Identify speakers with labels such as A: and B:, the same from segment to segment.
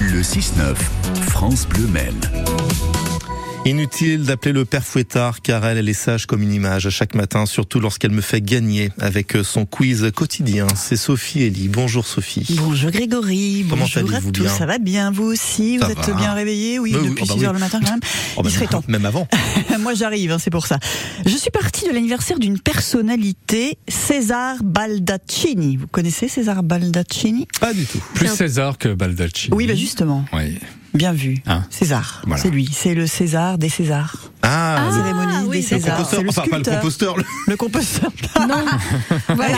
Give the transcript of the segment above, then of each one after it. A: Le 6-9, France Bleu Maine.
B: Inutile d'appeler le père Fouettard car elle, elle est sage comme une image à chaque matin, surtout lorsqu'elle me fait gagner avec son quiz quotidien. C'est Sophie Elie. Bonjour Sophie.
C: Bonjour Grégory,
B: Comment
C: bonjour à
B: allez-vous
C: tous,
B: bien
C: ça va bien, vous aussi, vous
B: Ça
C: êtes
B: va.
C: bien réveillés, oui,
B: Bah oui,
C: depuis
B: oh bah
C: 6 heures
B: oui.
C: le matin quand même.
B: Oh,
C: Il
B: même-
C: serait temps.
B: Même avant.
C: Moi j'arrive, hein, c'est pour ça. Je suis partie de l'anniversaire d'une personnalité, César Baldaccini. Vous connaissez César Baldaccini
B: Pas du tout.
D: Plus César que Baldacci.
C: Oui, bah justement,
D: Oui.
C: bien vu.
D: Hein
C: César,
D: Voilà.
C: c'est lui, c'est le César des Césars.
B: Ah,
C: La
B: le
C: cérémonie
E: oui,
C: des
E: c'est
C: Césars.
B: composteur.
C: C'est le
B: enfin, pas le
C: sculpteur,
B: composteur, le,
C: le composteur.
E: Non, voilà.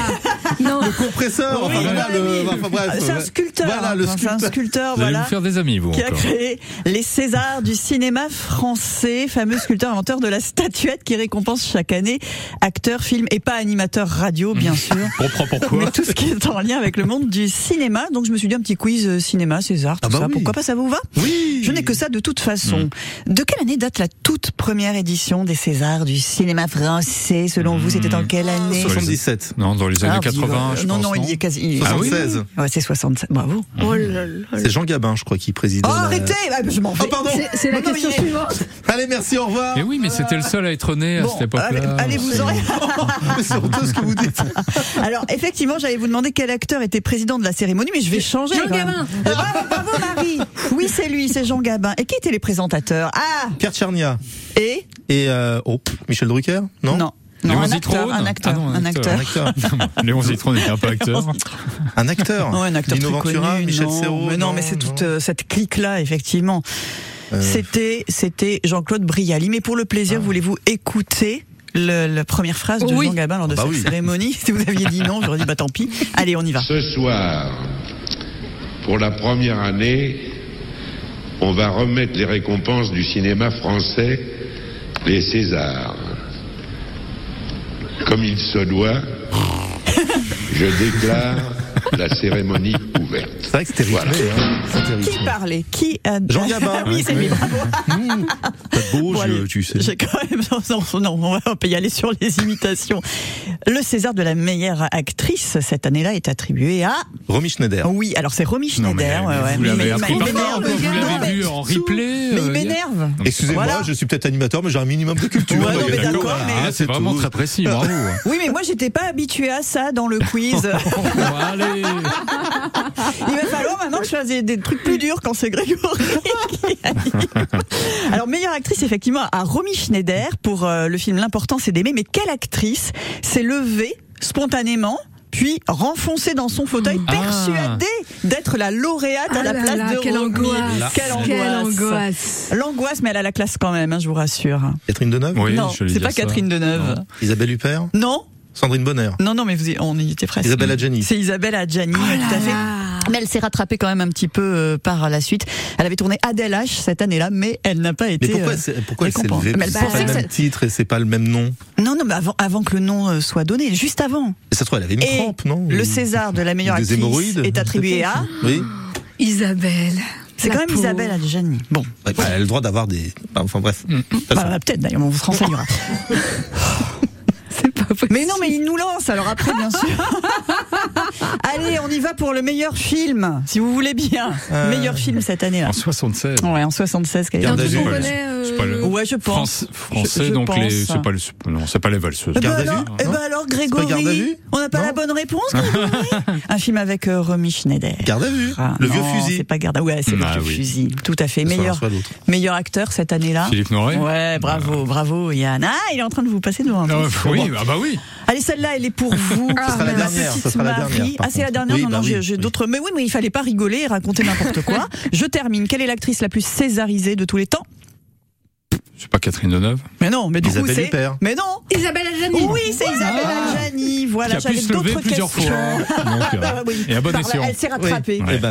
E: Non,
B: le compresseur.
C: Oui,
B: enfin, voilà,
C: voilà,
B: le, enfin, bref,
C: C'est un
B: ouais.
C: sculpteur.
B: Voilà, le
C: enfin, c'est un
B: sculpteur.
C: sculpteur,
D: Vous allez
C: voilà.
D: vous faire des amis, vous,
C: qui a
D: encore.
C: créé les Césars du cinéma français, fameux sculpteur inventeur de la statuette qui récompense chaque année acteurs, films et pas animateurs radio bien sûr.
D: On comprend
C: Mais
D: pourquoi.
C: tout ce qui est en lien avec le monde du cinéma. Donc je me suis dit un petit quiz euh, cinéma, César, tout
B: Ah bah
C: ça.
B: oui.
C: Pourquoi pas, ça vous va
B: Oui.
C: Je n'ai que ça de toute façon.
D: Mm.
C: De quelle année date la toute première édition des Césars du cinéma français Selon vous, c'était en quelle année
B: 77.
D: Non, dans les Mm. années
C: Ah,
D: 80, je
C: Non,
D: pense.
C: non, il y est quasi.
D: Ah oui
B: 76.
C: Ouais, c'est 67. Bravo.
E: oh là là.
B: C'est Jean Gabin, je crois, qui préside.
C: Oh,
B: la-
C: arrêtez Ah, Je m'en vais.
B: Oh, pardon.
E: C'est- C'est la
C: Mais non,
E: question
C: mais-
E: suivante.
B: Allez, merci, au revoir.
D: Mais Eh oui, mais c'était le seul à être né à
C: Bon,
D: cette époque-là.
C: allez- allez-vous-en.
B: hein, Surtout ce que vous dites.
C: Alors, effectivement, j'allais vous demander quel acteur était président de la cérémonie, mais je vais changer.
E: Jean
C: quand même.
E: Gabin.
C: Euh, Bravo, bravo, Marie. Oui, c'est lui, c'est Jean Gabin. Et qui étaient les présentateurs Ah
B: Pierre Tchernia
C: Et
B: et euh, oh, Michel Drucker Non
C: Non. Non,
D: Léon
C: un acteur,
D: Zitrone
C: un acteur,
D: Ah non,
C: un acteur.
B: Un acteur.
D: Léon Zitron n'était un peu acteur.
B: Un acteur.
C: Ouais, un acteur
B: Lino
C: très
B: Ventura,
C: connu,
B: Michel
C: non,
B: Serrault.
C: Mais non, mais c'est toute euh, cette clique-là, effectivement.
B: Euh, Ah.
C: C'était, c'était Jean-Claude Brialy. Mais pour le plaisir, voulez-vous écouter le- la première phrase de
E: Oui.
C: Jean Gabin lors de
B: Ah bah
C: cette
B: oui.
C: cérémonie Si vous aviez dit non, j'aurais dit bah tant pis. Allez, on y va.
F: Ce soir, pour la première année, on va remettre les récompenses du cinéma français, les Césars. Comme il se doit, je déclare la cérémonie ouverte.
B: C'est vrai que c'était rythmé. Hein. C'était rythmé.
D: Mm.
C: Qui parlait Qui a... Ah
B: Jean Gabin.
C: Oui, c'est lui. Bravo.
B: Pas de beau,
C: Bon,
B: je-
C: allez,
B: tu sais.
C: J'ai quand même. Non, non, non, on va- on peut y aller sur les imitations. Le César de la meilleure actrice cette année-là est attribué à. oh
B: Romy Schneider.
C: Oui, alors c'est Romy
D: Non, mais,
C: Schneider. ouais,
D: mais
C: ouais.
D: vous
C: Mais-
D: l'avez
C: mais-
D: appris
C: il
D: par
C: m'énerve,
D: cœur, quoi.
C: le
D: Vous
C: gars.
D: l'avez
C: Non,
D: vu
C: mais-
D: en replay.
C: Mais
D: euh,
C: il
D: il y a-
C: m'énerve.
B: Excusez-moi,
C: Voilà.
B: je suis peut-être animateur, mais j'ai un minimum de culture.
C: Ouais, non, mais
B: D'accord.
C: d'accord, mais-
D: Ah, c'est vraiment
B: tout.
D: très précis, bravo.
C: Oui, mais moi j'étais pas habituée à ça dans le quiz.
D: Bon, allez.
C: Il va falloir maintenant que je fasse des, des trucs plus durs quand c'est Grégory qui anime. Alors, meilleure actrice, effectivement, à Romy Schneider pour euh, le film L'important c'est d'aimer. Mais quelle actrice s'est levée spontanément puis renfoncée dans son fauteuil,
D: Ah.
C: persuadée d'être la lauréate à
E: Ah
C: la
E: là
C: place
E: là,
C: de
E: quelle
C: Romy.
E: angoisse.
C: Quelle angoisse.
E: Quelle angoisse.
C: L'angoisse, mais elle a la classe quand même, hein, je vous rassure.
B: Catherine Deneuve
D: Oui,
C: non,
D: je vais
C: c'est
D: dire
C: pas
D: ça.
C: Catherine Deneuve.
D: Non.
B: Isabelle Huppert
C: Non,
B: Sandrine Bonner
C: non, non, mais vous y- on y était presque.
B: Isabelle Adjani
C: Ah, C'est Isabelle
B: Oh
C: Adjani, tout à fait. Mais elle s'est rattrapée quand même un petit peu euh, par la suite. Elle avait tourné Adèle H cette année-là, mais elle n'a pas été.
B: Mais pourquoi,
C: euh,
B: c'est- pourquoi elle s'est
C: récompense.
B: levée
C: Mais elle
B: C'est
C: pensait
B: pas le
C: que
B: même titre et c'est pas le même nom.
C: Non, non, mais avant, avant que le nom euh, soit donné, juste avant.
B: Et ça se trouve, elle avait une
C: Et
B: crampe, non
C: le César de la meilleure
B: Des
C: actrice
B: hémorroïdes
C: est attribué à.
B: Oui.
E: Isabelle.
C: C'est
E: La
C: quand même
E: pauvre.
C: Isabelle Adjani. Bon,
B: Ouais, bah, elle a le droit d'avoir des. Enfin bref. Ah, Ça,
C: bah, peut-être d'ailleurs, on vous se renseignera.
E: C'est pas possible.
C: mais non, mais il nous lance, alors après, bien sûr. Allez, on y va pour le meilleur film, si vous voulez bien.
B: Euh,
C: Meilleur film cette année-là.
D: En 76.
C: Ouais, en 76, quelle est-
B: Garde
E: Quand tu
B: à vue.
E: connais, euh,
D: C'est pas le-
C: Ouais, je pense.
D: France- français,
C: Je- je
D: donc les,
C: pense.
D: c'est pas, le, non, c'est pas les valseuses.
C: Eh ben
B: Garde à
C: alors,
B: vue,
C: eh ben
B: non
C: alors,
B: pas garde à
C: Grégory,
B: vue
C: on n'a pas
B: Non
C: la bonne réponse, Grégory Un film avec euh, Romy Schneider.
B: Garde à vue.
C: Ah,
B: le
C: non,
B: vieux fusil. Bah
C: C'est pas garde à Ouais, c'est le
D: Ah
C: vieux
D: oui.
C: fusil. Tout à fait.
B: Ça
C: Meilleur,
B: soit l'autre.
C: meilleur acteur cette année-là.
D: Philippe Noiret
C: Ouais, bravo, bravo, Yann. Ah, il est en train de vous passer devant.
D: Ah,
C: attention.
D: oui, ah bah oui.
C: Allez, celle-là, elle est pour vous.
E: Ah,
B: Ce sera la
E: ma
B: dernière.
C: Petite
B: Ce sera la
C: Marie.
B: dernière. par
C: Ah, c'est la
B: contre.
C: dernière.
B: Oui,
C: non,
B: bah
C: non,
B: oui,
C: j'ai j'ai
B: oui.
C: d'autres. Mais oui, mais il fallait pas rigoler et raconter n'importe quoi. Je termine. Quelle est l'actrice la plus césarisée de tous les temps
D: C'est pas Catherine Deneuve.
C: Mais non, mais du coup,
B: Isabelle
C: c'est.
B: Huppert.
C: Mais non
E: Isabelle Adjani.
C: Oui, c'est Isabelle
D: Ah.
C: Adjani.
D: qui
C: Voilà,
D: a pu
C: j'avais
D: se lever
C: d'autres
D: plusieurs
C: questions.
D: fois. Donc, euh,
C: Ah oui,
D: et à bon
C: par là,
D: escient.
C: elle s'est rattrapée.
B: Eh ben,